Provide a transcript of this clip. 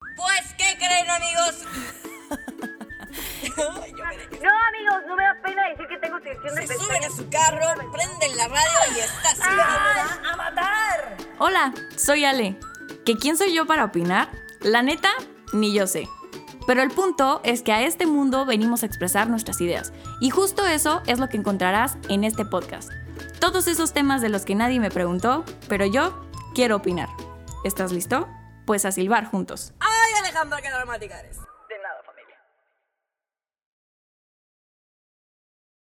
pena, Pues, amigos. Ay, yo me dejé. No, amigos, no me da pena decir que tengo sección de Se suben a pestañas. su carro, prenden la radio y está así. ¡Ah, a matar! Hola, soy Ale. ¿Que quién soy yo para opinar? La neta, ni yo sé. Pero el punto es que a este mundo venimos a expresar nuestras ideas. Y justo eso es lo que encontrarás en este podcast. Todos esos temas de los que nadie me preguntó, pero yo quiero opinar. ¿Estás listo? Pues a silbar juntos. ¡Ay, Alejandra, qué dramática eres!